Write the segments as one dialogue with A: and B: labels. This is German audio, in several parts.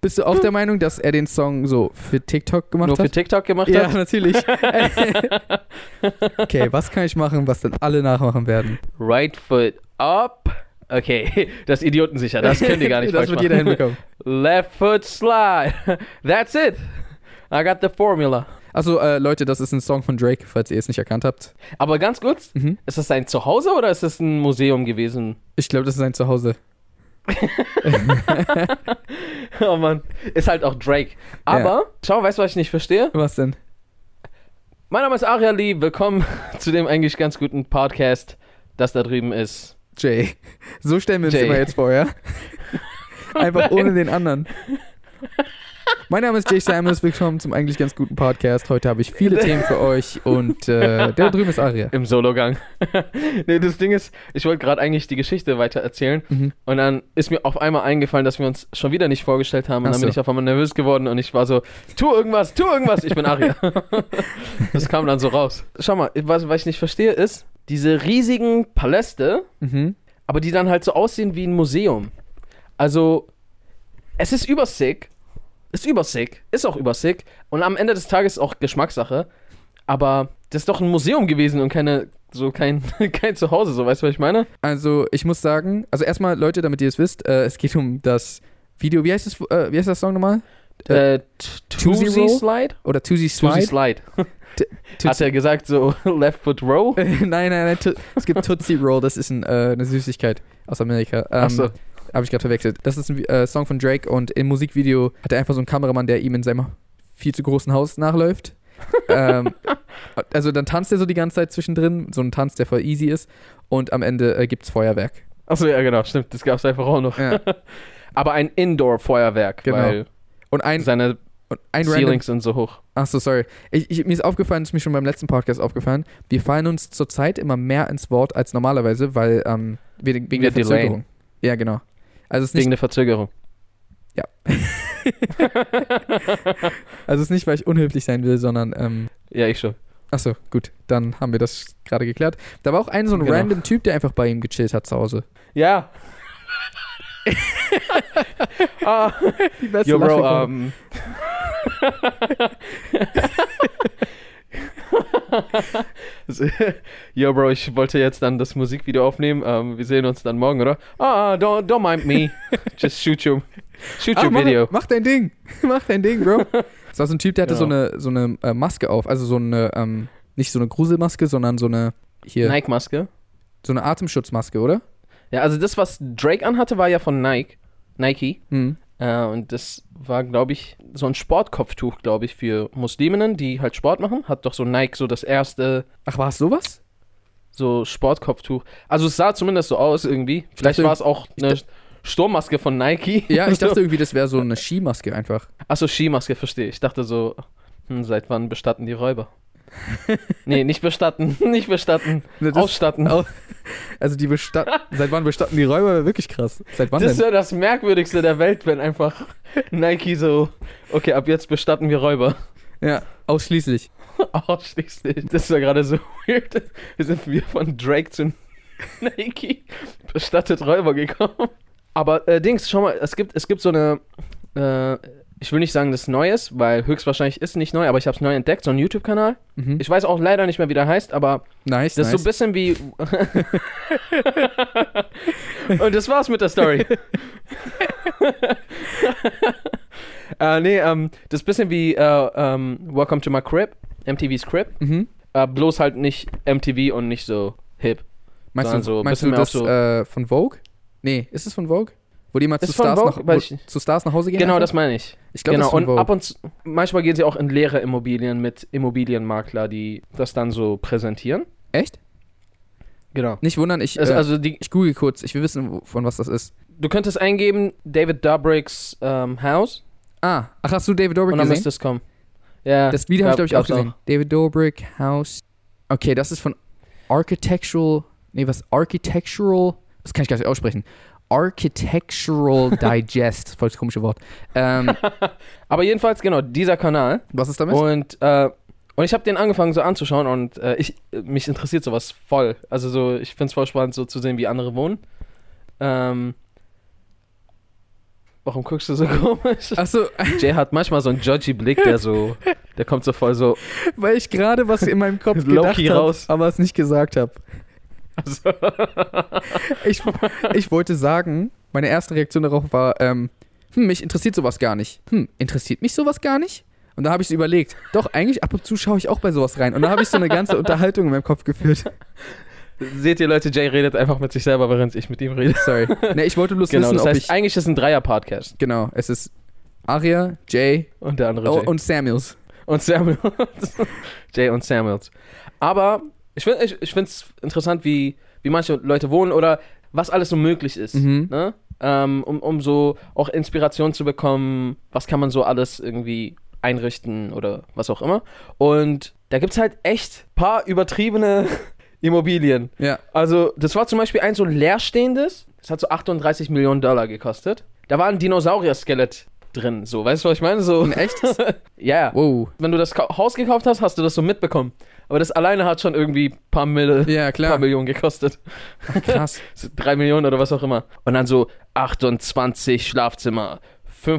A: Bist du auch der Meinung, dass er den Song so für TikTok gemacht
B: Nur für
A: hat?
B: TikTok gemacht
A: ja,
B: hat?
A: natürlich. okay, was kann ich machen, was dann alle nachmachen werden?
B: Right foot up. Okay, das ist idiotensicher, das können die gar nicht
A: Das
B: falsch
A: wird
B: machen.
A: jeder hinbekommen.
B: Left foot slide. That's it. I got the formula.
A: Also äh, Leute, das ist ein Song von Drake, falls ihr es nicht erkannt habt.
B: Aber ganz kurz,
A: Mhm.
B: ist das ein Zuhause oder ist das ein Museum gewesen?
A: Ich glaube, das ist sein Zuhause.
B: Oh Mann, ist halt auch Drake. Aber, schau, weißt du, was ich nicht verstehe?
A: Was denn?
B: Mein Name ist Aria Lee, willkommen zu dem eigentlich ganz guten Podcast, das da drüben ist.
A: Jay. So stellen wir uns
B: Jay.
A: immer jetzt vor, ja? Einfach ohne den anderen. Mein Name ist Jay Simons, willkommen zum eigentlich ganz guten Podcast. Heute habe ich viele Themen für euch und äh, der drüben ist Aria.
B: Im Sologang. nee, das Ding ist, ich wollte gerade eigentlich die Geschichte weiter erzählen
A: Mhm.
B: und dann ist mir auf einmal eingefallen, dass wir uns schon wieder nicht vorgestellt haben und
A: Ach
B: dann bin
A: so.
B: ich auf einmal nervös geworden und ich war so, tu irgendwas, tu irgendwas, ich bin Aria. das kam dann so raus. Schau mal, was, was ich nicht verstehe ist, diese riesigen Paläste,
A: Mhm.
B: aber die dann halt so aussehen wie ein Museum. Also, es ist übersick. Ist übersick. Ist auch übersick. Und am Ende des Tages auch Geschmackssache. Aber das ist doch ein Museum gewesen und keine, so kein, kein Zuhause, so weißt du, was ich meine?
A: Also ich muss sagen, also erstmal Leute, damit ihr es wisst, äh, es geht um das Video, wie heißt, das, äh, wie heißt das Song nochmal? Äh,
B: Äh, Toozy
A: Row?
B: Slide?
A: Oder Tuesday
B: Toozy Slide.
A: Slide? Tootsie-
B: Hat er gesagt, so Left Foot Row?
A: nein, nein, nein, tu es gibt Tootsie Roll, das ist ein, äh, eine Süßigkeit aus Amerika. Ähm,
B: Ach so.
A: Habe ich gerade verwechselt. Das ist ein Vi- äh, Song von Drake und im Musikvideo hat er einfach so einen Kameramann, der ihm in seinem viel zu großen Haus nachläuft. ähm, also dann tanzt er so die ganze Zeit zwischendrin, so ein Tanz, der voll easy ist. Und am Ende äh, gibt's Feuerwerk.
B: Achso, ja, genau, stimmt. Das gab es einfach auch noch.
A: Ja.
B: Aber ein Indoor-Feuerwerk,
A: Genau.
B: weil
A: Und ein,
B: seine
A: und ein random.
B: Ceilings sind so hoch.
A: Achso, sorry. Ich, ich, mir ist aufgefallen, ist mir schon beim letzten Podcast aufgefallen, wir fallen uns zurzeit immer mehr ins Wort als normalerweise, weil ähm, wir, wegen
B: Wir
A: der Verzögerung. Ja, genau. Also es ist nicht
B: Wegen der Verzögerung.
A: Also es ist nicht, weil ich unhöflich sein will, sondern ähm,
B: Ja, ich schon.
A: achso, gut, dann haben wir das gerade geklärt. Da war auch ein so ein
B: Genau.
A: random Typ, der einfach bei ihm gechillt hat zu Hause.
B: Ja. ah,
A: Die beste
B: yo,
A: Lache
B: Bro,
A: kommt.
B: ähm, Yo, Bro, ich wollte jetzt dann das Musikvideo aufnehmen. Ähm, wir sehen uns dann morgen, oder? Ah, don't, don't mind me. Just shoot you. Shoot
A: Ah,
B: your
A: mach,
B: video.
A: mach dein Ding. mach dein Ding, Bro. Das war so ein Typ, der hatte so
B: Genau.
A: eine, so eine äh, Maske auf. Also so eine, ähm, nicht so eine Gruselmaske, sondern so eine, hier,
B: Nike-Maske.
A: so eine Atemschutzmaske, oder?
B: Ja, also das, was Drake anhatte, war ja von Nike. Nike.
A: Hm.
B: Äh, und das war, glaube ich, so ein Sportkopftuch, glaube ich, für Musliminnen, die halt Sport machen. Hat doch so Nike so das erste
A: Ach, war es sowas?
B: so Sportkopftuch. Also es sah zumindest so aus irgendwie. Vielleicht
A: dachte,
B: war es auch eine
A: ich
B: Sturmmaske von Nike.
A: Ja, ich dachte irgendwie, das wäre so eine Skimaske einfach.
B: Achso, Skimaske, verstehe. Ich dachte so, hm, seit wann bestatten die Räuber? nee, nicht bestatten, nicht bestatten.
A: Ne, das-
B: ausstatten.
A: Au- Also die bestatten, seit wann bestatten die Räuber? Wäre Wirklich krass. Seit wann
B: das ist
A: denn?
B: ja das Merkwürdigste der Welt, wenn einfach Nike so, okay, ab jetzt bestatten wir Räuber.
A: Ja, ausschließlich.
B: Ausschließlich. Das ist ja gerade so weird. Wir sind wir von Drake zu Nike bestattet Räuber gekommen. Aber äh, Dings, schau mal, es gibt, es gibt so eine. Äh, ich will nicht sagen, dass es neu ist, weil höchstwahrscheinlich ist es nicht neu, aber ich habe es neu entdeckt, so ein YouTube-Kanal.
A: Mhm.
B: Ich weiß auch leider nicht mehr, wie der heißt, aber
A: Nice,
B: das
A: nice.
B: ist so ein bisschen wie. Und das war's mit der Story. äh, nee, ähm, das ist ein bisschen wie äh, ähm, Welcome to my Crib, MTV's Crib.
A: mhm.
B: Äh, bloß halt nicht MTV und nicht so hip.
A: Meinst
B: Sondern
A: du,
B: so
A: meinst
B: bisschen
A: du
B: mehr
A: das
B: auf so-
A: äh, von Vogue? Nee, ist es von Vogue? Wo die mal zu
B: Ist von
A: Stars,
B: Vogue?
A: nach,
B: Weiß
A: wo,
B: ich nicht.
A: zu Stars nach Hause gehen?
B: genau,
A: einfach?
B: das meine ich.
A: Ich glaube,
B: genau,
A: also das ist
B: und
A: von Vogue.
B: ab und zu, manchmal gehen sie auch in leere Immobilien mit Immobilienmakler, die das dann so präsentieren.
A: Echt?
B: Genau.
A: Nicht wundern, ich,
B: Es,
A: äh,
B: also die,
A: ich google kurz. Ich will wissen, wo- von was das ist.
B: du könntest eingeben David Dobrik's ähm, House
A: Ah, ach, hast du David Dobrik
B: und dann
A: gesehen?
B: müsste es kommen. Ja,
A: das Video habe ich,
B: gab-
A: glaube ich, auch
B: gab's
A: gesehen. David Dobrik, House. Okay, das ist von Architectural... Nee, was? Architectural... Das kann ich gar nicht aussprechen. Architectural Digest. Voll das komische Wort. Ähm,
B: Aber jedenfalls, genau, dieser Kanal.
A: was ist damit?
B: Und äh, Und ich habe den angefangen so anzuschauen und äh, ich, mich interessiert sowas voll. Also so, ich finde es voll spannend, so zu sehen, wie andere wohnen. Ähm, warum guckst du so komisch?
A: Achso,
B: Jay hat manchmal so einen judgy Blick, der so, der kommt so voll so,
A: weil ich gerade was in meinem Kopf gedacht
B: Low-key
A: habe,
B: raus.
A: aber es nicht gesagt habe.
B: also
A: Ich, ich wollte sagen, meine erste Reaktion darauf war, ähm, hm, mich interessiert sowas gar nicht. Hm, interessiert mich sowas gar nicht? Und da habe ich so überlegt, doch, eigentlich ab und zu schaue ich auch bei sowas rein. Und da habe ich so eine ganze Unterhaltung in meinem Kopf geführt.
B: seht ihr Leute, Jay redet einfach mit sich selber, während ich mit ihm rede.
A: Sorry. Nee, ich wollte bloß
B: Genau,
A: wissen,
B: das
A: ob
B: heißt,
A: ich.
B: eigentlich ist es ein Dreier-Podcast
A: Genau, es ist Aria, Jay
B: und der andere
A: oh,
B: Jay.
A: und Samuels.
B: Und Samuels. Jay und Samuels. Aber ich finde es ich find's interessant, wie, wie manche Leute wohnen oder was alles so möglich ist.
A: Mhm.
B: Ne? Ähm, um, um so auch Inspiration zu bekommen, was kann man so alles irgendwie einrichten oder was auch immer. Und da gibt es halt echt paar übertriebene Immobilien.
A: Ja.
B: Also, das war zum Beispiel ein so leerstehendes, das hat so 38 Millionen Dollar gekostet. Da war ein Dinosaurier-Skelett drin, so, weißt du, was ich meine? So,
A: Ein echtes?
B: ja, ja
A: Wow.
B: wenn du das Ka- Haus gekauft hast, hast du das so mitbekommen. Aber das alleine hat schon irgendwie paar, Mille,
A: Ja,
B: paar
A: klar.
B: Millionen gekostet.
A: Krass.
B: So Drei Millionen oder was auch immer. Und dann so 28 Schlafzimmer,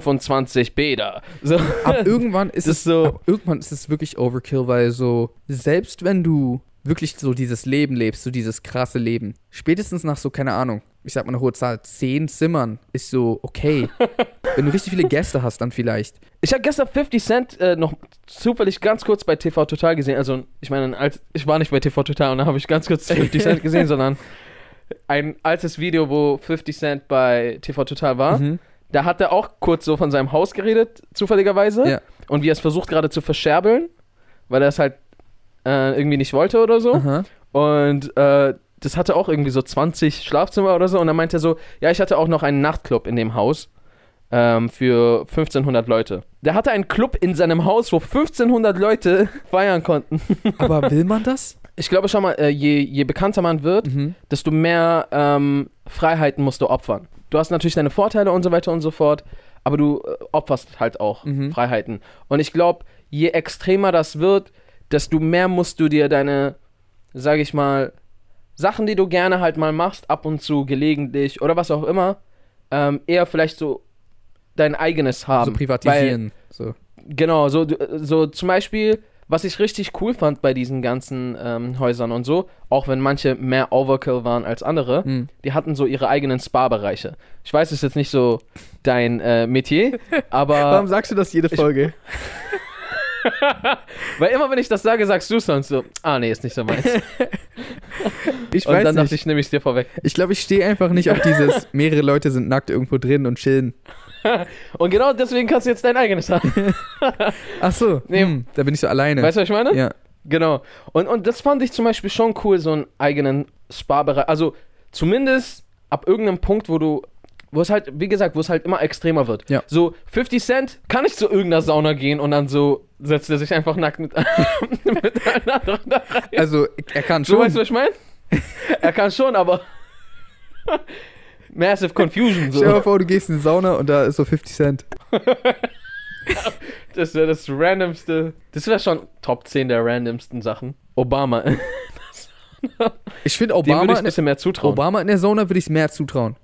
B: 25 Bäder. So,
A: Ab irgendwann ist
B: Das
A: es
B: ist so-
A: ab irgendwann ist es wirklich Overkill, weil so selbst wenn du wirklich so dieses Leben lebst, so dieses krasse Leben, spätestens nach so keine Ahnung, ich sag mal eine hohe Zahl, zehn Zimmern ist so okay. wenn du richtig viele Gäste hast, dann vielleicht.
B: ich habe gestern 50 Cent äh, noch zufällig ganz kurz bei TV Total gesehen. Also, ich meine, als, ich war nicht bei TV Total und da habe ich ganz kurz 50 Cent gesehen, sondern ein altes Video, wo 50 Cent bei TV Total war.
A: Mhm.
B: Da hat er auch kurz so von seinem Haus geredet, zufälligerweise.
A: Ja.
B: Und wie er es versucht gerade zu verscherbeln, weil er es halt äh, irgendwie nicht wollte oder so.
A: Aha.
B: Und äh, das hatte auch irgendwie so 20 Schlafzimmer oder so. Und dann meinte er so, ja, ich hatte auch noch einen Nachtclub in dem Haus ähm, für 1500 Leute. Der hatte einen Club in seinem Haus, wo 1500 Leute feiern konnten.
A: Aber will man das?
B: Ich glaube, schau mal, äh, je, je bekannter man wird,
A: Mhm.
B: desto mehr ähm, Freiheiten musst du opfern. Du hast natürlich deine Vorteile und so weiter und so fort, aber du äh, opferst halt auch
A: Mhm.
B: Freiheiten. Und ich glaube, je extremer das wird, desto mehr musst du dir deine, sage ich mal, Sachen, die du gerne halt mal machst, ab und zu, gelegentlich oder was auch immer, ähm, eher vielleicht so dein eigenes haben.
A: So
B: Weil-
A: privatisieren. So.
B: Genau, so, so zum Beispiel, was ich richtig cool fand bei diesen ganzen ähm, Häusern und so, auch wenn manche mehr Overkill waren als andere,
A: Mhm.
B: die hatten so ihre eigenen Spa-Bereiche. Ich weiß, es ist jetzt nicht so dein äh, Metier, aber
A: sagst du das jede Folge?
B: weil immer wenn ich das sage, sagst du es sonst so, ah nee, ist nicht so meins.
A: Ich, ich
B: und dann
A: weiß
B: dachte
A: nicht.
B: ich, nehme ich es dir vorweg.
A: Ich glaube, ich stehe einfach nicht auf dieses, mehrere Leute sind nackt irgendwo drin und chillen.
B: Und genau deswegen kannst du jetzt dein eigenes haben.
A: Ach so,
B: Nee.
A: hm, da bin ich so alleine.
B: Weißt du, was ich meine?
A: ja.
B: Genau. Und, und das fand ich zum Beispiel schon cool, so einen eigenen Spa-Bereich. Also zumindest ab irgendeinem Punkt, wo du, wo es halt, wie gesagt, wo es halt immer extremer wird.
A: Ja.
B: So 50 Cent kann ich zu irgendeiner Sauna gehen und dann so setzt er sich einfach nackt mit, mit allen anderen da rein.
A: Also, er kann
B: Du
A: schon.
B: weißt, was ich meine? er kann schon, aber Massive Confusion.
A: Stell dir mal
B: So.
A: vor, du gehst in die Sauna und da ist so 50 Cent.
B: Das wäre das randomste. Das wäre schon Top 10 der randomsten Sachen. Obama.
A: Ich finde
B: Dem würde
A: Obama,
B: ich ein
A: in-
B: bisschen mehr zutrauen.
A: Obama in der Sauna würde ich es mehr zutrauen.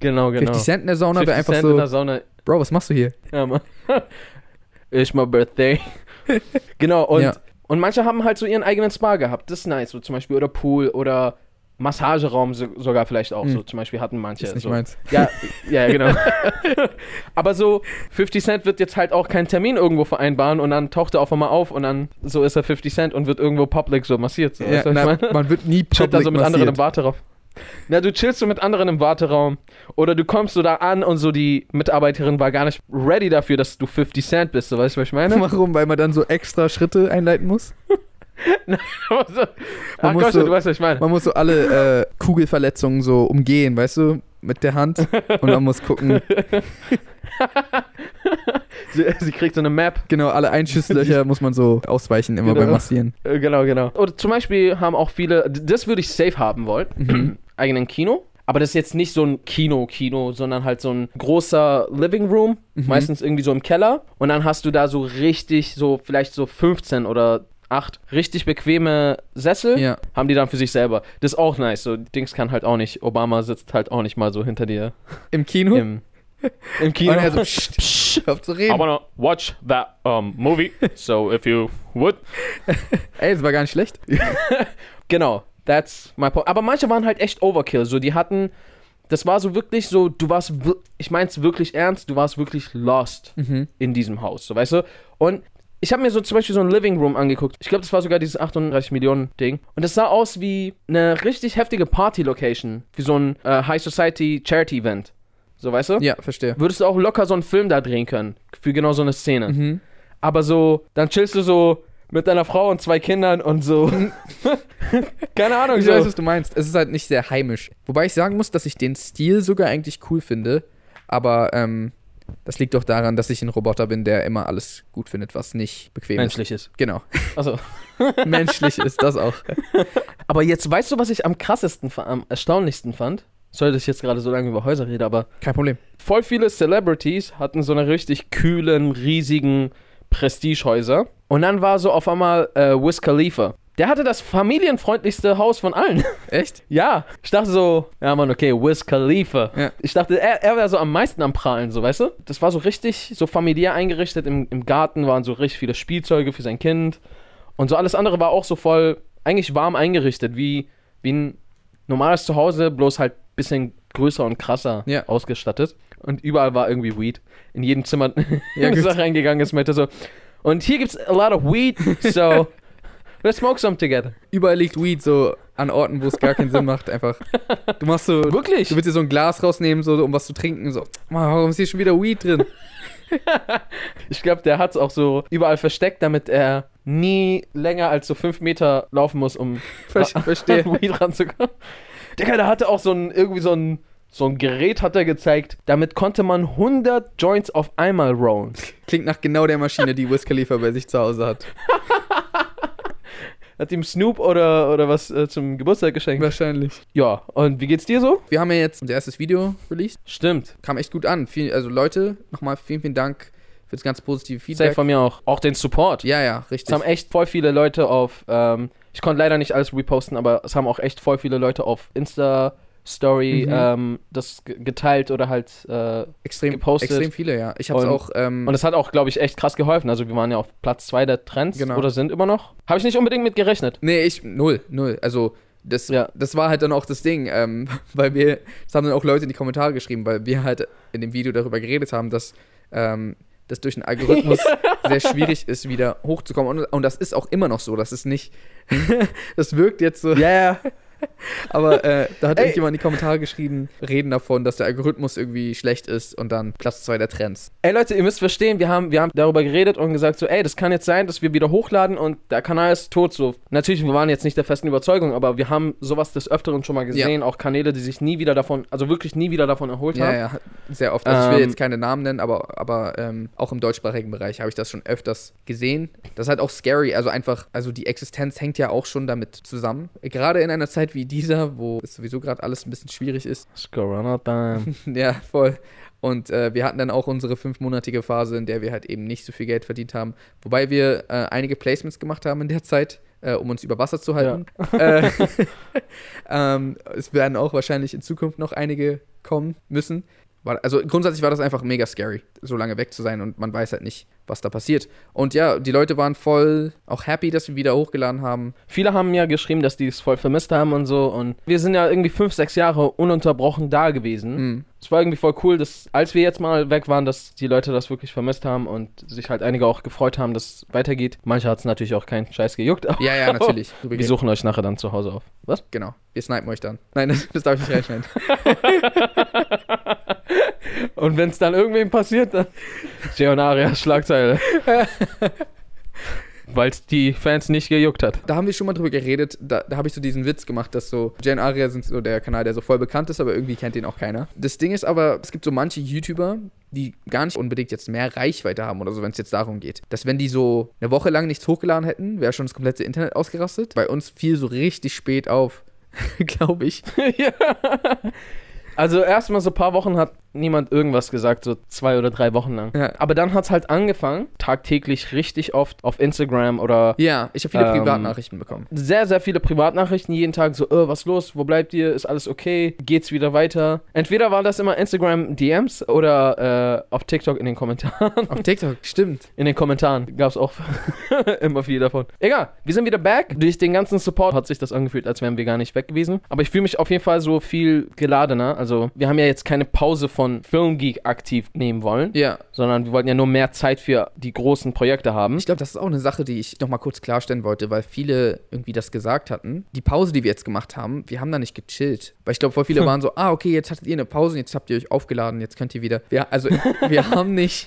B: Genau, genau.
A: 50 Cent in der Sauna wäre
B: 50
A: einfach
B: Cent in
A: so,
B: der Sauna.
A: Bro, was machst du hier?
B: Ja, Mann. It's my birthday. genau, und,
A: Ja.
B: und manche haben halt so ihren eigenen Spa gehabt. Das ist nice, so zum Beispiel, oder Pool oder Massageraum so, sogar vielleicht auch.
A: Hm.
B: So zum Beispiel hatten manche.
A: Das ist nicht
B: so.
A: meins.
B: Ja, ja, genau. Aber so, 50 Cent wird jetzt halt auch keinen Termin irgendwo vereinbaren und dann taucht er auf einmal auf und dann so ist er 50 Cent und wird irgendwo public so massiert. So,
A: Ja,
B: Weißt du, was ich
A: na,
B: meine?
A: man wird nie
B: chillt da
A: public
B: so mit
A: massiert.
B: anderen im Warteraum. Na, du chillst so mit anderen im Warteraum. Oder du kommst so da an und so die Mitarbeiterin war gar nicht ready dafür, dass du 50 Cent bist. So, weißt du, was ich meine?
A: Warum? Weil man dann so extra Schritte einleiten muss?
B: Aber so- Ach
A: muss
B: Gott,
A: so-
B: du weißt, was ich meine.
A: Man muss so alle äh, Kugelverletzungen so umgehen, weißt du? Mit der Hand. Und man muss gucken,
B: Sie, sie kriegt so eine Map.
A: genau, alle Einschusslöcher muss man so ausweichen, immer
B: Genau.
A: beim Massieren.
B: Äh, Genau, genau. Oder zum Beispiel haben auch viele, d- das würde ich safe haben wollen,
A: Mhm.
B: eigenen Kino. Aber das ist jetzt nicht so ein Kino-Kino, sondern halt so ein großer Living
A: Mhm.
B: Room, meistens irgendwie so im Keller. Und dann hast du da so richtig so, vielleicht so 15 oder acht richtig bequeme Sessel,
A: Ja.
B: haben die dann für sich selber. Das ist auch nice. So, Dings kann halt auch nicht. Obama sitzt halt auch nicht mal so hinter dir
A: Im Kino.
B: im, im Kino.
A: Hm? Und er so, psst, psst, auf zu reden.
B: wanna watch that um, movie, so if you would.
A: Ey, das war gar nicht schlecht.
B: Genau, that's my point. Aber manche waren halt echt Overkill. So, die hatten, das war so wirklich so, du warst, wir- ich mein's wirklich ernst, du warst wirklich lost
A: Mhm.
B: in diesem Haus, so weißt du? Und ich habe mir so zum Beispiel so ein Living Room angeguckt. Ich glaube, das war sogar dieses 38 Millionen Ding. Und das sah aus wie eine richtig heftige Party-Location, wie so ein äh, High Society Charity Event. So, weißt du?
A: Ja, verstehe.
B: Würdest du auch locker so einen Film da drehen können, für genau so eine Szene.
A: Mhm.
B: aber so, dann chillst du so mit deiner Frau und zwei Kindern und so. Keine Ahnung,
A: Ich weiß,
B: so.
A: was du meinst. Es ist halt nicht sehr heimisch. Wobei ich sagen muss, dass ich den Stil sogar eigentlich cool finde. Aber ähm, das liegt doch daran, dass ich ein Roboter bin, der immer alles gut findet, was nicht bequem
B: Menschliches.
A: ist. Genau.
B: Also,
A: Menschlich ist das auch.
B: aber jetzt weißt du, was ich am krassesten, fa- am erstaunlichsten fand? Sorry, dass ich jetzt gerade so lange über Häuser rede, aber
A: Kein Problem.
B: voll viele Celebrities hatten so eine richtig kühlen, riesigen Prestigehäuser. Und dann war so auf einmal äh, Wiz Khalifa. Der hatte das familienfreundlichste Haus von allen.
A: Echt?
B: Ja, ich dachte so, ja Mann, okay, Wiz Khalifa.
A: Ja.
B: Ich dachte, er, er wäre so am meisten am Prahlen, so, weißt du? Das war so richtig so familiär eingerichtet. Im, Im Garten waren so richtig viele Spielzeuge für sein Kind. Und so alles andere war auch so voll, eigentlich warm eingerichtet, wie, wie ein normales Zuhause, bloß halt bisschen größer und krasser
A: Ja.
B: ausgestattet. Und überall war irgendwie Weed. In jedem Zimmer,
A: Ja,
B: ja,
A: gut.
B: das da reingegangen ist, meinte so, und hier gibt's a lot of Weed, so let's smoke some together.
A: Überall liegt Weed so an Orten, wo es gar keinen Sinn macht, einfach. Du machst so. Du
B: Wirklich?
A: willst dir so ein Glas rausnehmen, so, um was zu trinken. So, "Mann, warum ist hier schon wieder Weed drin?
B: Ich glaube, der hat es auch so überall versteckt, damit er nie länger als so fünf Meter laufen muss, um
A: Ver verstehe.
B: an Weed ranzukommen. Digga, der hatte auch so ein, irgendwie so ein, so ein Gerät hat er gezeigt. Damit konnte man 100 Joints auf einmal rollen.
A: Klingt nach genau der Maschine, die Wiz Khalifa bei sich zu Hause hat.
B: Hat ihm Snoop oder, oder was äh, zum Geburtstag geschenkt.
A: Wahrscheinlich.
B: Ja, und wie geht's dir so?
A: Wir haben ja jetzt unser erstes Video released.
B: Stimmt.
A: Kam echt gut an. Viel, also Leute, nochmal vielen, vielen Dank für das ganz positive
B: Sei
A: Feedback.
B: von mir auch. Auch den Support.
A: Ja, ja,
B: Es
A: richtig.
B: haben echt voll viele Leute auf, ähm, ich konnte leider nicht alles reposten, aber es haben auch echt voll viele Leute auf Insta Story
A: Mhm.
B: ähm, das ge- geteilt oder halt, äh,
A: Extrem,
B: gepostet.
A: extrem viele, ja. Ich hab's
B: Und-
A: auch. Ähm,
B: und es hat auch, glaube ich, echt krass geholfen. Also wir waren ja auf Platz 2 der Trends
A: Genau.
B: oder sind immer noch. Habe ich nicht unbedingt mit gerechnet.
A: nee, ich. Null, null. Also. Das,
B: Ja.
A: das war halt dann auch das Ding, ähm, weil wir, das haben dann auch Leute in die Kommentare geschrieben, weil wir halt in dem Video darüber geredet haben, dass ähm, das durch den Algorithmus sehr schwierig ist, wieder hochzukommen. Und, und das ist auch immer noch so, das ist nicht, das wirkt jetzt so,
B: Ja, yeah.
A: Aber äh, da hat
B: Ey.
A: irgendjemand in die Kommentare geschrieben, reden davon, dass der Algorithmus irgendwie schlecht ist und dann Platz 2 der Trends.
B: Ey Leute, ihr müsst verstehen, wir haben, wir haben darüber geredet und gesagt so, ey, das kann jetzt sein, dass wir wieder hochladen und der Kanal ist tot. So, natürlich, wir waren jetzt nicht der festen Überzeugung, aber wir haben sowas des Öfteren schon mal gesehen. Auch Kanäle, die sich nie wieder davon, also wirklich nie wieder davon erholt
A: Ja,
B: haben.
A: ja, sehr oft. Also ich will
B: Ähm.
A: jetzt keine Namen nennen, aber, aber ähm, auch im deutschsprachigen Bereich habe ich das schon öfters gesehen. Das ist halt auch scary. Also einfach, also die Existenz hängt ja auch schon damit zusammen. Gerade in einer Zeit wie dieser, wo es sowieso gerade alles ein bisschen schwierig ist.
B: It's Corona time.
A: ja, voll. Und äh, wir hatten dann auch unsere fünfmonatige Phase, in der wir halt eben nicht so viel Geld verdient haben. Wobei wir äh, einige Placements gemacht haben in der Zeit, äh, um uns über Wasser zu halten. Äh, ähm, es werden auch wahrscheinlich in Zukunft noch einige kommen müssen. War, also grundsätzlich war das einfach mega scary, so lange weg zu sein und man weiß halt nicht, was da passiert. Und ja, die Leute waren voll auch happy, dass wir wieder hochgeladen haben.
B: Viele haben ja geschrieben, dass die es voll vermisst haben und so. Und wir sind ja irgendwie fünf, sechs Jahre ununterbrochen da gewesen.
A: Mhm.
B: Es war irgendwie voll cool, dass, als wir jetzt mal weg waren, dass die Leute das wirklich vermisst haben und sich halt einige auch gefreut haben, dass es weitergeht. Manche hat es natürlich auch keinen Scheiß gejuckt, aber
A: Ja, ja, natürlich.
B: wir suchen euch nachher dann zu Hause auf. Was?
A: Genau. Wir snipen euch dann. Nein, das, das darf ich nicht rechnen.
B: Und wenn es dann irgendwem passiert, dann. Geonaria, Schlagzeile. Weil es die Fans nicht gejuckt hat.
A: Da haben wir schon mal drüber geredet, da, da habe ich so diesen Witz gemacht, dass so Jan Aria sind so der Kanal, der so voll bekannt ist, aber irgendwie kennt den auch keiner. Das Ding ist aber, es gibt so manche YouTuber, die gar nicht unbedingt jetzt mehr Reichweite haben oder so, wenn es jetzt darum geht. Dass wenn die so eine Woche lang nichts hochgeladen hätten, wäre schon das komplette Internet ausgerastet. Bei uns fiel so richtig spät auf, glaube ich.
B: ja. Also erstmal so ein paar Wochen hat niemand irgendwas gesagt, so zwei oder drei Wochen lang.
A: Ja.
B: Aber dann hat's halt angefangen, tagtäglich richtig oft auf Instagram oder
A: Ja, ich habe viele
B: Ähm,
A: Privatnachrichten bekommen.
B: sehr, sehr viele Privatnachrichten jeden Tag, so, äh, was los, wo bleibt ihr, ist alles okay, geht's wieder weiter. Entweder waren das immer Instagram-DMs oder äh, auf TikTok in den Kommentaren.
A: Auf TikTok, stimmt.
B: In den Kommentaren gab's auch immer viel davon. Egal, wir sind wieder back. Durch den ganzen Support hat sich das angefühlt, als wären wir gar nicht weg gewesen. Aber ich fühle mich auf jeden Fall so viel geladener. Also, wir haben ja jetzt keine Pause von Filmgeek aktiv nehmen wollen,
A: Ja,
B: sondern wir wollten ja nur mehr Zeit für die großen Projekte haben.
A: ich glaube, das ist auch eine Sache, die ich nochmal kurz klarstellen wollte, weil viele irgendwie das gesagt hatten. Die Pause, die wir jetzt gemacht haben, wir haben da nicht gechillt. Weil ich glaube, voll viele waren so, ah, okay, jetzt hattet ihr eine Pause, jetzt habt ihr euch aufgeladen, jetzt könnt ihr wieder. Ja, also wir haben nicht,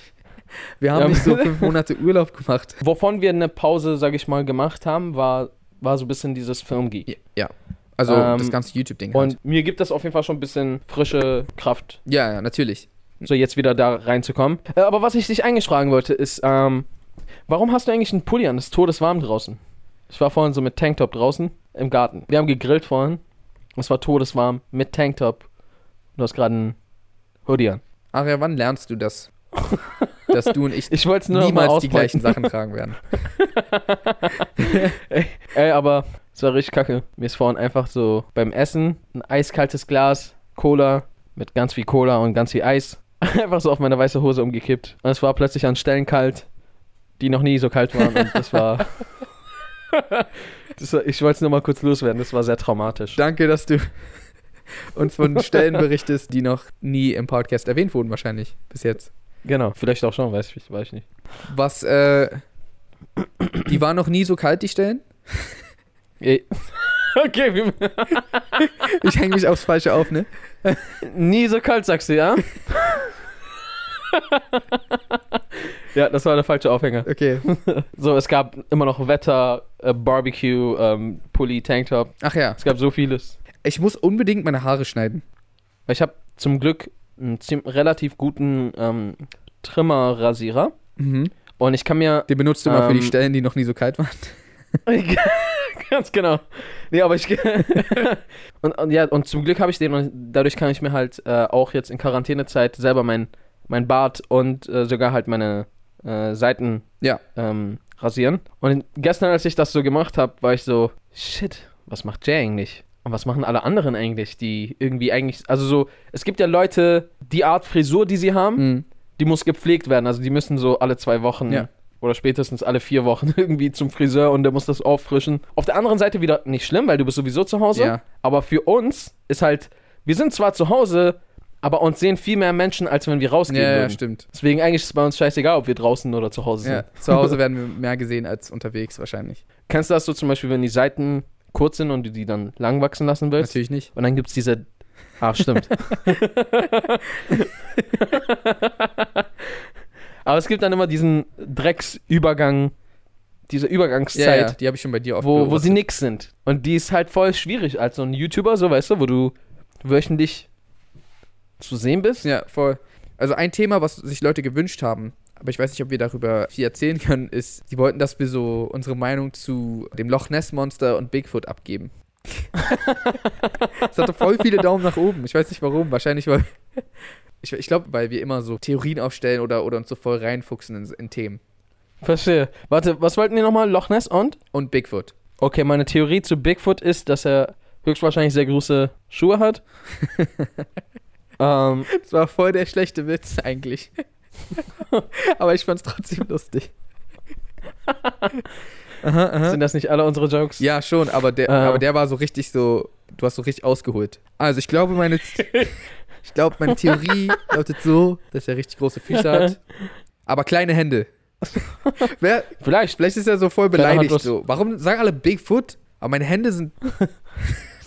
A: wir haben
B: Ja.
A: nicht so fünf Monate Urlaub gemacht.
B: Wovon wir eine Pause, sag ich mal, gemacht haben, war, war so ein bisschen dieses Filmgeek.
A: Ja, Ja, also
B: Ähm,
A: das ganze YouTube-Ding halt.
B: Und mir gibt das auf jeden Fall schon ein bisschen frische Kraft,
A: Ja, ja, natürlich.
B: so jetzt wieder da reinzukommen. Äh, aber was ich dich eigentlich fragen wollte, ist, ähm, warum hast du eigentlich einen Pulli an? Es ist todeswarm draußen. Ich war vorhin so mit Tanktop draußen im Garten. Wir haben gegrillt vorhin. Es war todeswarm mit Tanktop. Du hast gerade einen Hoodie an.
A: Aria, wann lernst du das? dass du und ich
B: Ich wollte es nur noch mal
A: niemals die
B: ausbreiten.
A: gleichen Sachen tragen werden.
B: Ey, aber es war richtig kacke. Mir ist vorhin einfach so beim Essen ein eiskaltes Glas Cola mit ganz viel Cola und ganz viel Eis einfach so auf meine weiße Hose umgekippt. Und es war plötzlich an Stellen kalt, die noch nie so kalt waren. Und das war. das war ich wollte es nur mal kurz loswerden. Das war sehr traumatisch.
A: Danke, dass du uns von Stellen berichtest, die noch nie im Podcast erwähnt wurden, wahrscheinlich bis jetzt.
B: Genau. Vielleicht auch schon, weiß ich, weiß ich nicht.
A: Was, äh, die waren noch nie so kalt, die Stellen?
B: Ey. Okay, wir,
A: Ich hänge mich aufs Falsche auf, ne?
B: nie so kalt, sagst du, ja? ja, das war der falsche Aufhänger.
A: Okay.
B: So, es gab immer noch Wetter, äh, Barbecue, ähm, Pulli, Tanktop.
A: Ach ja,
B: Es gab so vieles.
A: ich muss unbedingt meine Haare schneiden.
B: Ich habe zum Glück einen ziem- relativ guten ähm, Trimmer-Rasierer.
A: Mhm.
B: Und ich kann mir.
A: Den benutzt du mal für die
B: Ähm,
A: Stellen, die noch nie so kalt waren.
B: Ganz genau. Nee, aber ich. und, und ja, und zum Glück habe ich den und dadurch kann ich mir halt äh, auch jetzt in Quarantänezeit selber mein, mein Bart und äh, sogar halt meine äh, Seiten
A: Ja.
B: ähm, rasieren. Und gestern, als ich das so gemacht habe, war ich so, shit, was macht Jay eigentlich? Und was machen alle anderen eigentlich, die irgendwie eigentlich, also so, es gibt ja Leute, die Art Frisur, die sie haben,
A: Mhm.
B: die muss gepflegt werden. Also die müssen so alle zwei Wochen
A: Ja.
B: oder spätestens alle vier Wochen irgendwie zum Friseur und der muss das auffrischen. Auf der anderen Seite wieder nicht schlimm, weil du bist sowieso zu Hause.
A: Ja.
B: Aber für uns ist halt, wir sind zwar zu Hause, aber uns sehen viel mehr Menschen, als wenn wir rausgehen
A: Ja, ja,
B: würden.
A: stimmt.
B: Deswegen eigentlich ist es bei uns scheißegal, ob wir draußen oder zu Hause sind.
A: Ja. Zu Hause werden wir mehr gesehen als unterwegs wahrscheinlich.
B: Kennst du das so zum Beispiel, wenn die Seiten kurz sind und du die dann lang wachsen lassen willst?
A: Natürlich nicht.
B: Und dann gibt es diese. Ah, stimmt. Aber es gibt dann immer diesen Drecksübergang, diese
A: Ja,
B: Übergangszeit,
A: ja, die habe ich schon bei dir oft
B: wo, wo
A: beobachtet.
B: sie nix sind. Und die ist halt voll schwierig als so ein YouTuber, so weißt du, wo du wöchentlich zu sehen bist.
A: Ja, voll. Also ein Thema, was sich Leute gewünscht haben, aber ich weiß nicht, ob wir darüber viel erzählen können, ist, die wollten, dass wir so unsere Meinung zu dem Loch Ness Monster und Bigfoot abgeben. das hatte voll viele Daumen nach oben. Ich weiß nicht warum. Wahrscheinlich, weil. Ich, ich glaube, weil wir immer so Theorien aufstellen oder, oder uns so voll reinfuchsen in, in Themen.
B: Verstehe. Warte, was wollten wir nochmal? Loch Ness und?
A: Und Bigfoot.
B: Okay, meine Theorie zu Bigfoot ist, dass er höchstwahrscheinlich sehr große Schuhe hat. ähm,
A: Das war voll der schlechte Witz eigentlich. aber ich fand's trotzdem lustig. aha, aha.
B: sind das nicht alle unsere Jokes?
A: Ja, schon, aber der,
B: Äh.
A: aber der war so richtig so, du hast so richtig ausgeholt. Also ich glaube, meine, ich glaube, meine Theorie lautet so, dass er richtig große Füße hat, aber kleine Hände. Wer,
B: Vielleicht.
A: vielleicht ist er so voll
B: Kleine
A: beleidigt.
B: Handlos-
A: So. Warum sagen alle Bigfoot, aber meine Hände sind,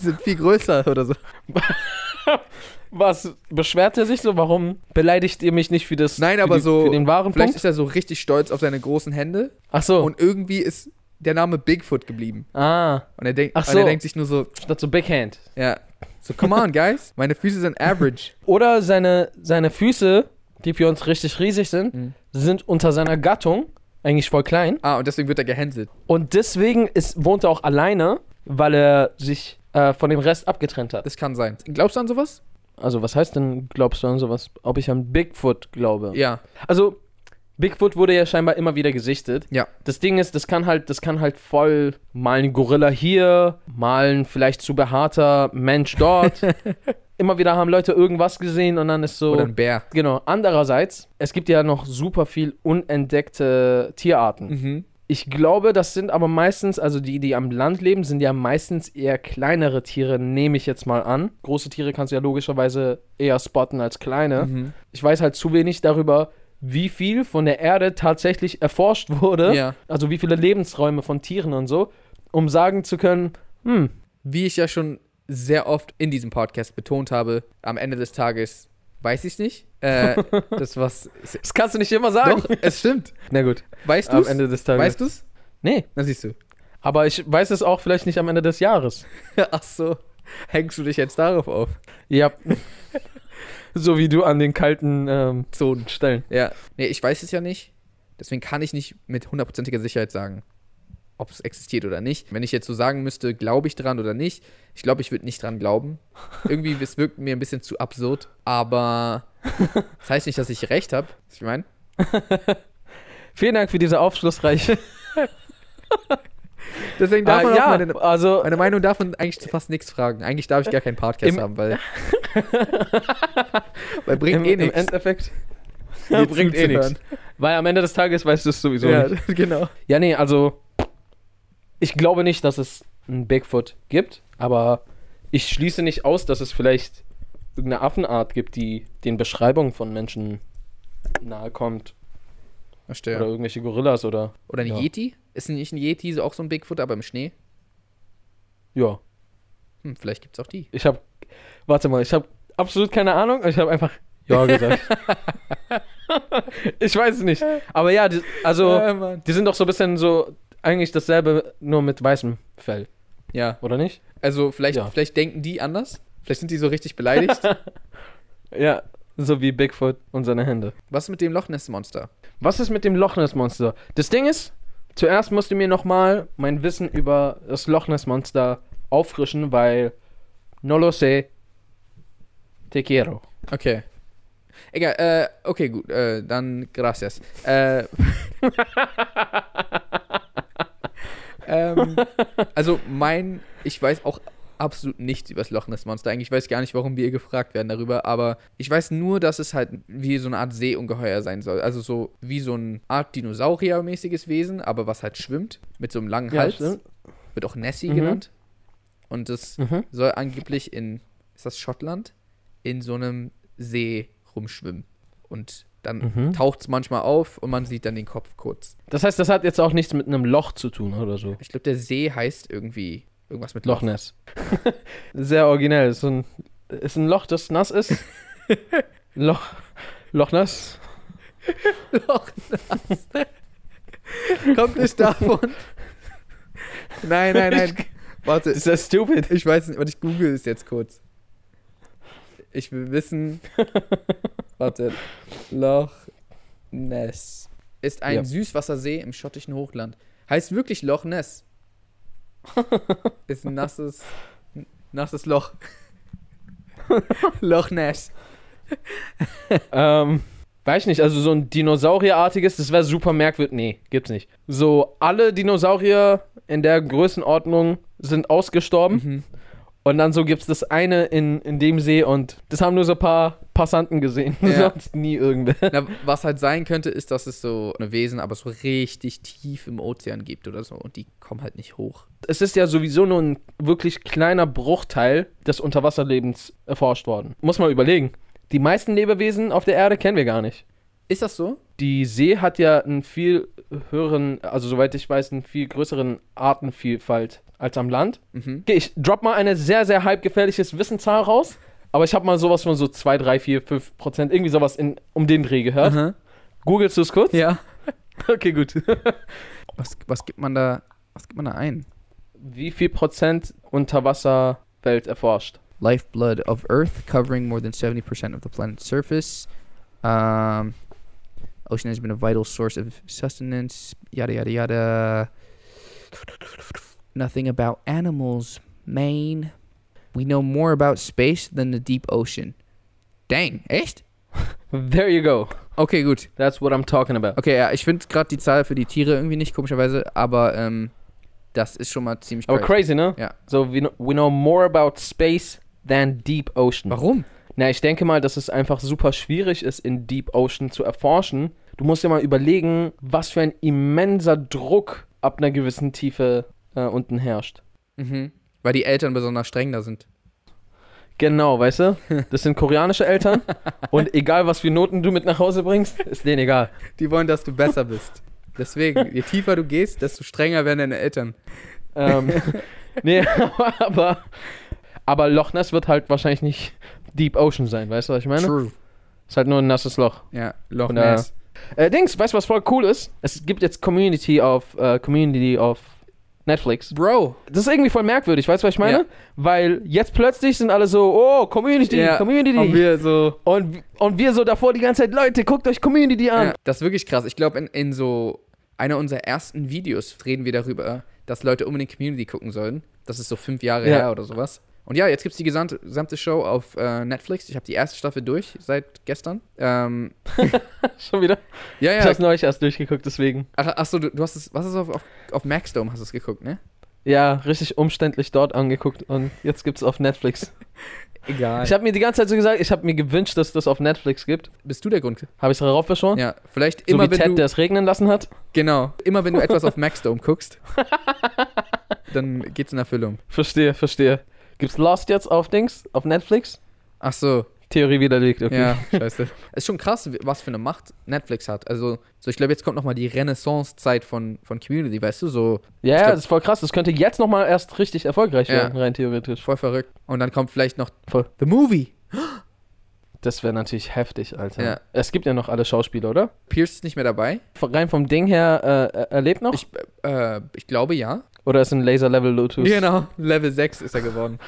A: sind viel größer oder so?
B: Was? Beschwert er sich so? Warum beleidigt ihr mich nicht für das?
A: Nein,
B: für
A: aber
B: die,
A: so-
B: Für den wahren Punkt?
A: Vielleicht
B: Oh.
A: ist er so richtig stolz auf seine großen Hände
B: Ach so.
A: und irgendwie ist der Name Bigfoot geblieben.
B: ah,
A: Und er, denk,
B: Ach
A: und er
B: so.
A: denkt sich nur so,
B: statt so Big Hand.
A: ja, so come on, guys, meine Füße sind average.
B: Oder seine, seine Füße, die für uns richtig riesig sind,
A: Mhm.
B: sind unter seiner Gattung eigentlich voll klein.
A: Ah, und deswegen wird er gehänselt.
B: Und deswegen ist, wohnt er auch alleine, weil er sich äh, von dem Rest abgetrennt hat.
A: Das kann sein. Glaubst du an sowas?
B: Also, was heißt denn, glaubst du an sowas? Ob ich an Bigfoot glaube?
A: Ja,
B: Also, Bigfoot wurde ja scheinbar immer wieder gesichtet.
A: Ja.
B: Das Ding ist, das kann halt, das kann halt voll mal ein Gorilla hier, mal ein vielleicht zu behaarter Mensch dort. immer wieder haben Leute irgendwas gesehen und dann ist so.
A: oder ein Bär.
B: genau. Andererseits, es gibt ja noch super viel unentdeckte Tierarten.
A: Mhm.
B: Ich glaube, das sind aber meistens, also die, die am Land leben, sind ja meistens eher kleinere Tiere, nehme ich jetzt mal an. Große Tiere kannst du ja logischerweise eher spotten als kleine.
A: Mhm.
B: Ich weiß halt zu wenig darüber, wie viel von der Erde tatsächlich erforscht wurde.
A: Ja.
B: Also wie viele Lebensräume von Tieren und so, um sagen zu können, hm,
A: Wie ich ja schon sehr oft in diesem Podcast betont habe, am Ende des Tages weiß ich nicht. Äh, das was.
B: das kannst du nicht immer sagen.
A: Doch, es stimmt.
B: Na gut,
A: Weißt
B: am
A: du's?
B: Ende des Tages.
A: Weißt du's?
B: nee,
A: Na siehst du.
B: aber ich weiß es auch vielleicht nicht am Ende des Jahres.
A: Ach so. Hängst du dich jetzt darauf auf?
B: Ja. so wie du an den kalten ähm, Zonen stellen.
A: Ja. Nee, ich weiß es ja nicht. Deswegen kann ich nicht mit hundertprozentiger Sicherheit sagen, ob es existiert oder nicht. Wenn ich jetzt so sagen müsste, glaube ich dran oder nicht, ich glaube, ich würde nicht dran glauben. Irgendwie, es wirkt mir ein bisschen zu absurd, aber das heißt nicht, dass ich recht habe. Was ich meine?
B: Vielen Dank für diese aufschlussreiche.
A: Deswegen
B: Ah,
A: auch
B: ja,
A: meine,
B: also
A: meine Meinung darf man eigentlich zu fast nichts fragen. Eigentlich darf ich gar keinen Podcast
B: Im-
A: haben, weil. weil
B: im,
A: bringt eh
B: im
A: nichts.
B: Endeffekt
A: Ihr
B: bringt eh nichts. Weil am Ende des Tages weißt du es sowieso
A: Ja,
B: nicht.
A: genau.
B: Ja, nee, also ich glaube nicht, dass es einen Bigfoot gibt, aber ich schließe nicht aus, dass es vielleicht irgendeine Affenart gibt, die den Beschreibungen von Menschen nahe kommt.
A: Verstehe.
B: Oder
A: Oder,
B: irgendwelche Gorillas oder.
A: ein
B: Ja.
A: Yeti? Ist nicht ein Yeti so auch so ein Bigfoot, aber im Schnee?
B: Ja,
A: Hm, vielleicht gibt's auch die.
B: ich habe. Warte mal, ich habe absolut keine Ahnung, aber ich habe einfach ja gesagt. ich weiß es nicht. Aber ja, die, also.
A: Ja, Mann.
B: Die sind doch so ein bisschen so eigentlich dasselbe, nur mit weißem Fell,
A: ja,
B: oder nicht?
A: also vielleicht,
B: Ja.
A: vielleicht denken die anders. Vielleicht sind die so richtig beleidigt.
B: Ja, so wie Bigfoot und seine Hände.
A: Was ist mit dem Loch Ness Monster?
B: Was ist mit dem Loch Ness Monster? Das Ding ist, zuerst musst du mir nochmal mein Wissen über das Loch Ness Monster auffrischen, weil no lo sé, te quiero.
A: Okay. Egal, äh, okay, gut, äh, dann gracias. Äh, ähm, also mein, ich weiß auch absolut nichts über das Loch Ness Monster. Eigentlich weiß ich gar nicht, warum wir gefragt werden darüber, aber ich weiß nur, dass es halt wie so eine Art Seeungeheuer sein soll. Also so wie so eine Art Dinosaurier-mäßiges Wesen, aber was halt schwimmt, mit so einem langen Hals.
B: stimmt.
A: Wird auch Nessie
B: Mhm.
A: genannt. Und das
B: Mhm.
A: soll angeblich in, ist das Schottland, in so einem See rumschwimmen. Und dann
B: Mhm.
A: taucht es manchmal auf und man sieht dann den Kopf kurz.
B: Das heißt, das hat jetzt auch nichts mit einem Loch zu tun oder so.
A: Ich glaube, der See heißt irgendwie irgendwas mit
B: Loch Ness. Sehr originell. Ist ein, ist ein Loch, das nass ist. Loch, Loch Ness.
A: Loch Ness. Kommt nicht davon. nein, nein, nein. Warte,
B: Ist das stupid?
A: ich weiß nicht, warte, ich google es jetzt kurz. Ich will wissen. Warte. Loch Ness. Ist ein
B: Ja.
A: Süßwassersee im schottischen Hochland. Heißt wirklich Loch Ness. Ist ein nasses, n- nasses Loch. Loch Ness.
B: Ähm, weiß ich nicht, also so ein Dinosaurierartiges, das wäre super merkwürdig. Nee, gibt's nicht. So, alle Dinosaurier in der Größenordnung sind ausgestorben.
A: Mhm.
B: Und dann so gibt's das eine in, in dem See und das haben nur so ein paar Passanten gesehen.
A: Ja.
B: Sonst nie irgendwer.
A: Na, was halt sein könnte, ist, dass es so eine Wesen, aber so richtig tief im Ozean gibt oder so. Und die kommen halt nicht hoch.
B: Es ist ja sowieso nur ein wirklich kleiner Bruchteil des Unterwasserlebens erforscht worden. Muss man überlegen. Die meisten Lebewesen auf der Erde kennen wir gar nicht.
A: Ist das so?
B: die See hat ja einen viel höheren, also soweit ich weiß, einen viel größeren Artenvielfalt als am Land.
A: Mhm.
B: Okay, ich drop mal eine sehr, sehr halbgefährliches Wissenzahl raus, aber ich habe mal sowas von so 2, 3, 4, 5 Prozent, irgendwie sowas in, um den Dreh gehört.
A: Aha.
B: Googlest du es kurz?
A: Ja.
B: Okay, gut.
A: Was, was gibt man da? Was gibt man da ein?
B: Wie viel Prozent Unterwasserwelt erforscht?
A: Lifeblood of Earth, covering more than 70% of the planet's surface. Um, ocean has been a vital source of sustenance. Yada, yada, yada. Nothing about animals. Maine. We know more about space than the deep ocean. Dang, echt?
B: There you go.
A: Okay, gut.
B: That's what I'm talking about.
A: Okay, ja, ich finde gerade die Zahl für die Tiere irgendwie nicht, komischerweise, aber ähm, das ist schon mal ziemlich
B: Aber crazy, ne?
A: Ja.
B: So, we know, we know more about space than deep ocean.
A: Warum?
B: Na, ich denke mal, dass es einfach super schwierig ist, in Deep Ocean zu erforschen. Du musst ja mal überlegen, was für ein immenser Druck ab einer gewissen Tiefe äh, unten herrscht.
A: Mhm. Weil die Eltern besonders streng da sind.
B: Genau, weißt du? Das sind koreanische Eltern und egal, was für Noten du mit nach Hause bringst, ist denen egal.
A: Die wollen, dass du besser bist. Deswegen, je tiefer du gehst, desto strenger werden deine Eltern.
B: Ähm, nee, aber, aber Loch Ness wird halt wahrscheinlich nicht Deep Ocean sein, weißt du, was ich meine?
A: True.
B: Ist halt nur ein nasses Loch.
A: Ja, Loch
B: Und, äh,
A: Ness.
B: Äh, Dings, weißt du, was voll cool ist? Es gibt jetzt Community auf äh, Community auf Netflix.
A: Bro,
B: Das ist irgendwie voll merkwürdig, weißt du, was ich meine?
A: Ja.
B: Weil jetzt plötzlich sind alle so, oh, Community,
A: Ja,
B: Community.
A: und wir so.
B: und, und wir so davor die ganze Zeit, Leute, guckt euch Community an.
A: Ja, das ist wirklich krass. Ich glaube, in, in so einer unserer ersten Videos reden wir darüber, dass Leute unbedingt Community gucken sollen. Das ist so fünf Jahre
B: Ja.
A: her oder sowas. Und ja, jetzt gibt es die gesamte, gesamte Show auf äh, Netflix. Ich habe die erste Staffel durch seit gestern. Ähm,
B: Schon wieder.
A: ja,
B: Ich
A: ja.
B: hab's neulich erst durchgeguckt, deswegen.
A: Ach, ach so, du, du hast es, was ist auf, auf, auf Maxdome hast du es geguckt, ne?
B: Ja, richtig umständlich dort angeguckt und jetzt gibt's auf Netflix.
A: Egal.
B: Ich habe mir die ganze Zeit so gesagt, ich habe mir gewünscht, dass das auf Netflix gibt.
A: Bist du der Grund?
B: Habe ich darauf beschworen?
A: Ja, vielleicht
B: So
A: immer
B: wie
A: wenn
B: Ted,
A: du
B: der es regnen lassen hat.
A: genau, immer wenn du etwas auf Maxdome guckst, dann geht's in Erfüllung.
B: Verstehe, verstehe. Gibt's Lost jetzt auf Dings, auf Netflix?
A: Ach so,
B: Theorie widerlegt, okay.
A: Ja, scheiße. ist schon krass, was für eine Macht Netflix hat. Also, so ich glaube, jetzt kommt nochmal die Renaissance-Zeit von, von Community, weißt du? So
B: Ja,
A: Ich
B: ja,
A: glaub-
B: das ist voll krass. Das könnte jetzt nochmal erst richtig erfolgreich
A: Ja.
B: werden, rein theoretisch.
A: voll verrückt. Und dann kommt vielleicht noch
B: Voll.
A: The Movie.
B: Das wäre natürlich heftig, Alter.
A: Ja.
B: Es gibt ja noch alle Schauspieler, oder?
A: Pierce ist nicht mehr dabei.
B: Von- Rein vom Ding her, äh, er- er lebt noch?
A: Ich, äh, ich glaube ja.
B: oder ist ein Laser-Level Lotus?
A: Genau, Level 6 ist er geworden.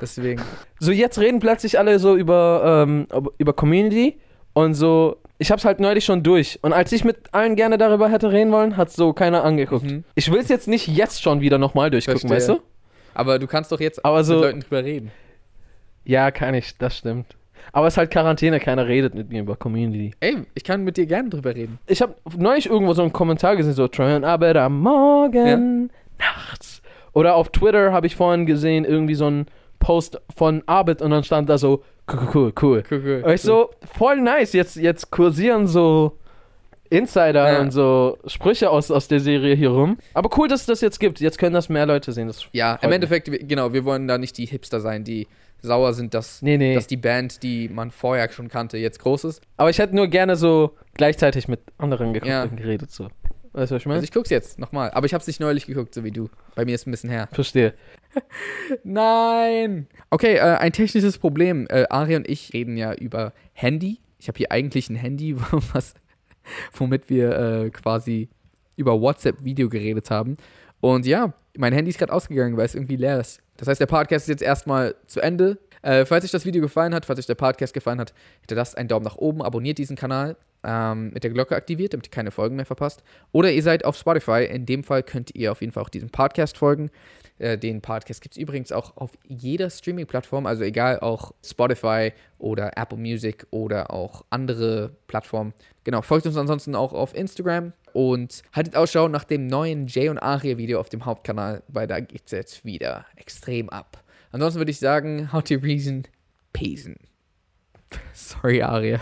A: Deswegen.
B: So, jetzt reden plötzlich alle so über, ähm, ob- über Community und so. Ich hab's halt neulich schon durch. Und als ich mit allen gerne darüber hätte reden wollen, hat's so keiner angeguckt.
A: Mhm.
B: Ich will's jetzt nicht jetzt schon wieder nochmal durchgucken,
A: Verstehe.
B: weißt du?
A: Aber du kannst doch jetzt
B: Aber so-
A: mit Leuten drüber reden.
B: Ja, kann ich, das stimmt. Aber es ist halt Quarantäne, keiner redet mit mir über Community.
A: Ey, ich kann mit dir gerne drüber reden.
B: ich habe neulich irgendwo so einen Kommentar gesehen, so Trajan Arbeit am Morgen, nachts. Oder auf Twitter habe ich vorhin gesehen, irgendwie so einen Post von Arbeit und dann stand da so, cool, cool, cool.
A: Cool, cool.
B: cool. Und ich so, voll nice, jetzt, jetzt kursieren so Insider
A: Ja.
B: und so Sprüche aus, aus der Serie hier rum. Aber cool, dass es das jetzt gibt. Jetzt können das mehr Leute sehen. Das
A: Ja,
B: Freut
A: im
B: mich.
A: Endeffekt, wir- genau, wir wollen da nicht die Hipster sein, die sauer sind, dass,
B: nee, nee.
A: dass die Band, die man vorher schon kannte, jetzt groß ist.
B: Aber ich hätte nur gerne so gleichzeitig mit anderen geguckt
A: Ja.
B: und geredet. So. Weißt du, was ich meine?
A: Also ich guck's jetzt nochmal. Aber ich hab's nicht neulich geguckt, so wie du. Bei mir ist ein bisschen her.
B: Verstehe.
A: Nein! Okay, äh, ein technisches Problem. Äh, Ari und ich reden ja über Handy. Ich habe hier eigentlich ein Handy, was, womit wir äh, quasi über WhatsApp-Video geredet haben. Und ja, mein Handy ist gerade ausgegangen, weil es irgendwie leer ist. Das heißt, der Podcast ist jetzt erstmal zu Ende. Äh, falls euch das Video gefallen hat, falls euch der Podcast gefallen hat, hinterlasst einen Daumen nach oben, abonniert diesen Kanal, ähm, mit der Glocke aktiviert, damit ihr keine Folgen mehr verpasst. Oder ihr seid auf Spotify. In dem Fall könnt ihr auf jeden Fall auch diesem Podcast folgen. Äh, den Podcast gibt es übrigens auch auf jeder Streaming-Plattform, also egal, auch Spotify oder Apple Music oder auch andere Plattformen. Genau, folgt uns ansonsten auch auf Instagram und haltet Ausschau nach dem neuen Jay und Aria-Video auf dem Hauptkanal, weil da geht es jetzt wieder extrem ab. Ansonsten würde ich sagen, how to reason, peasen. Sorry, Aria.